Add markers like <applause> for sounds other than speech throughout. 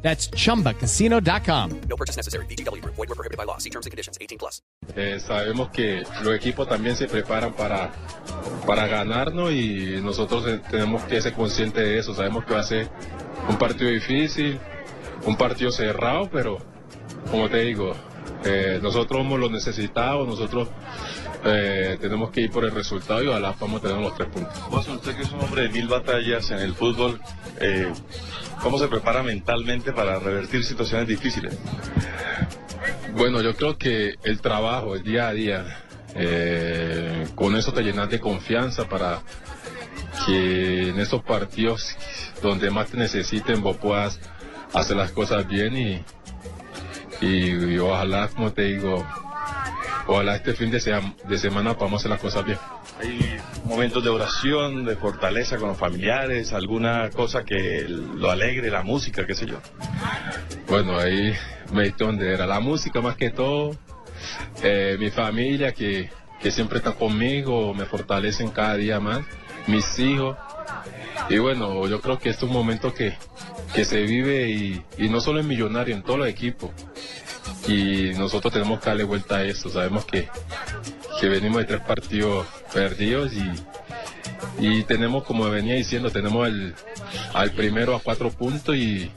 That's chumbacasino.com. No purchase necessary. BGW. Void were prohibited by law. See terms and conditions. 18 plus. Eh, sabemos que los equipos también se preparan para, para ganarnos y nosotros eh, tenemos que ser conscientes de eso. Sabemos que va a ser un partido difícil, un partido cerrado, pero como te digo, eh, nosotros somos los necesitados, nosotros eh, tenemos que ir por el resultado y ojalá podamos tener los tres puntos. Watson, usted que es un hombre de mil batallas en el fútbol, eh, ¿cómo se prepara mentalmente para revertir situaciones difíciles? Bueno, yo creo que el trabajo, el día a día, eh, con eso te llenas de confianza para que en esos partidos donde más te necesiten vos puedas hacer las cosas bien y, y- y ojalá, como te digo, ojalá este fin de, sea- de semana podamos hacer las cosas bien. ¿Hay momentos de oración, de fortaleza con los familiares, alguna cosa que lo alegre, la música, qué sé yo? Bueno, ahí me diste donde era la música más que todo, eh, mi familia que, que siempre está conmigo, me fortalecen cada día más, mis hijos. Y bueno, yo creo que este es un momento que, que se vive y, y no solo en Millonario, en todos los equipos. Y nosotros tenemos que darle vuelta a eso. Sabemos que, que venimos de tres partidos perdidos y, y tenemos, como venía diciendo, tenemos el, al primero a cuatro puntos y,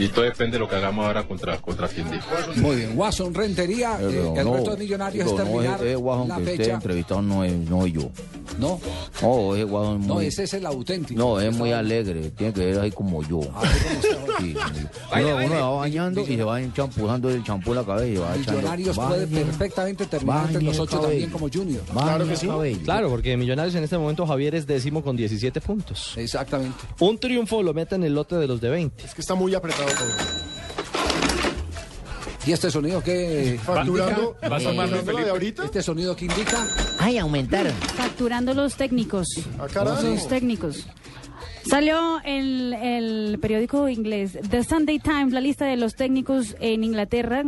y todo depende de lo que hagamos ahora contra, contra Quindío. Muy bien, Watson Rentería, eh, Pero el no, resto de millonarios digo, es terminar no ese Guajón la que usted fecha. entrevistado no es, no es yo. No, No, ese Guajón es no, muy- ese es el auténtico. no, es muy alegre, tiene que ver ahí como yo. Ah. <laughs> <laughs> Sí, como yo. uno, uno va bañando y se va enchampuzando el champú en la cabeza y va echando. Millonarios puede Bañe, perfectamente terminar entre los bañe ocho cabello, también como Junior. bañe cabello. Claro, porque Millonarios en este momento Javier es décimo con 17 puntos. Exactamente. Un triunfo lo mete en el lote de los de 20. Es que está muy apretado todo. ¿Y este sonido qué? Facturando, indica? facturando la de ahorita. ¿Este sonido que indica? Ay, aumentaron. Facturando los técnicos. Ah, carajo. Los técnicos. Salió el, el periódico inglés The Sunday Times, la lista de los técnicos en Inglaterra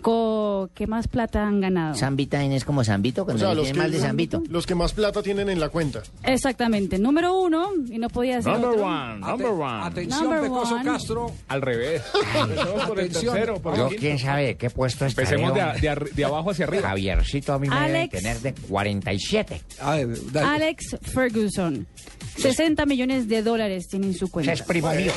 co- que más plata han ganado. Zambitain es como Zambito, O cuando sea, le los tiene mal de Zambito. que, los que más plata tienen en la cuenta. Exactamente. Número uno, y no podía ser otro. Number one. Atención, Number Pecoso one. Castro. Al <laughs> revés. por el Atención. tercero, por Yo el quién sabe qué puesto es. Empecemos de, a- de ar- de abajo hacia arriba. Javiercito a mí me deben Alex. tener de 47. A ver, dale. Alex Ferguson. 60 millones de dólares tiene en su cuenta. primo mío.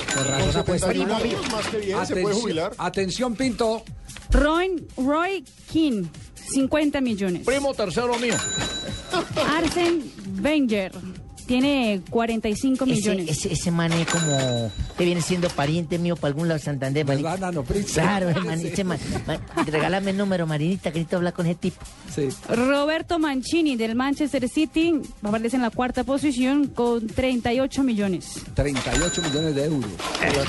Con 71 primo. años, más que bien, se puede Atención, jubilar. atención, Pinto. Roy, Roy King. 50 millones. Primo tercero mío. Arsen Wenger. Tiene 45 Ese, millones. ese, ese man es como que viene siendo pariente mío para algún lado de Santander, maní. ¿Verdad, Nano Prince? Claro, <laughs> hermano. <laughs> Sí. Ese man, man, regálame el número, Marinita, que necesito hablar con ese tipo. Sí. Roberto Mancini del Manchester City aparece en la cuarta posición con 38 millones. 38 millones de euros.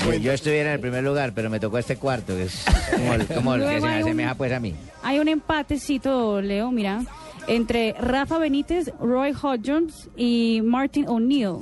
Pues Yo estuviera en el primer lugar, pero me tocó este cuarto, que es como el, <laughs> como el que Luego se me hay un- asemeja pues a mí. Hay un empatecito, Leo, mira, entre Rafa Benítez, Roy Hodgins y Martin O'Neill,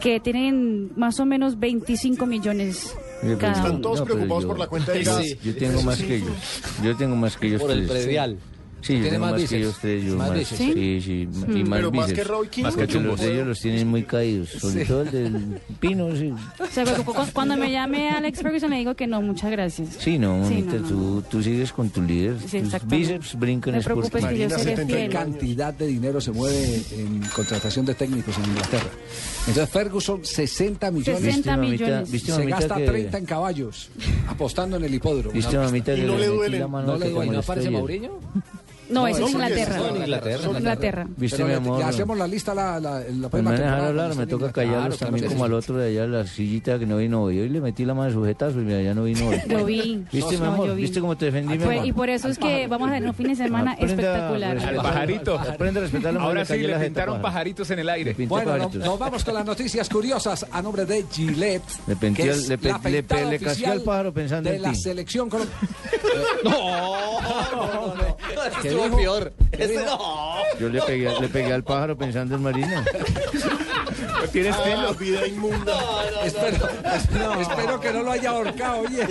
que tienen más o menos 25 millones cada Están uno. todos No, pero preocupados yo- por la cuenta de gas. Yo tengo más que ellos. Yo tengo más que ellos. Por el tres. predial. Sí, yo Tiene tengo más más, que bíceps. ellos tres. Yo Más más, bíceps. sí, sí, y más Pero más bíceps. que Roy King. Porque los de ellos los tienen muy caídos. Sobre todo el del Pino. Sí, O sea, cu- cu- cuando me llame Alex Ferguson le digo que no, muchas gracias. Sí, no, Sí, mamita, no, no, Tú, tú sigues con tu líder. Sí, Tus exactamente. bíceps brincan Me es porque- preocupes que yo Marina, seré 70 y ¿Qué fiel. cantidad de dinero se mueve en contratación de técnicos en Inglaterra? Entonces Ferguson, 60 millones. 60 mamita? millones. ¿Viste, se mamita, gasta que- 30 en caballos apostando en el hipódromo. ¿Viste, mamita, ¿Y que no le metí duelen? la mano No al le que te duele, ¿no molestó parece ayer? Mourinho? No, ese es porque Inglaterra. ese es Inglaterra. Inglaterra. Viste, Pero mi le- amor. le hacemos la lista la, la, la Pues me próxima van a dejar temporada, hablar, cuando me estén toca en Inglaterra. callarlos Claro, también claro, como al otro de allá, la sillita que no vino hoy. Hoy le metí la mano de sujetazo y mira, ya no vino hoy. Lo vi. ¿Viste, No, mi amor? yo vi. ¿Viste cómo te defendí, mi Fue- amor? y por eso es que vamos a tener un fin de semana espectacular. Al pajarito. Aprende a respetar la Ahora madre, sí cayó le la jeta, pintaron pájaro. pajaritos en el aire. pinté Bueno, no- pajaritos. nos vamos con las noticias curiosas a nombre de Gillette. Le pinté que al- es le pe- la le pe- afeitada le casqué oficial al pájaro pensando de en la ti. <laughs> selección colombiana. Ese <laughs> ¿Qué estuvo dijo? peor. ¿Qué Ese dijo? no. Yo le pegué, le pegué al pájaro pensando en Marina. Tienes pelo. vida inmunda. Espero, espero que no lo haya ahorcado, oye.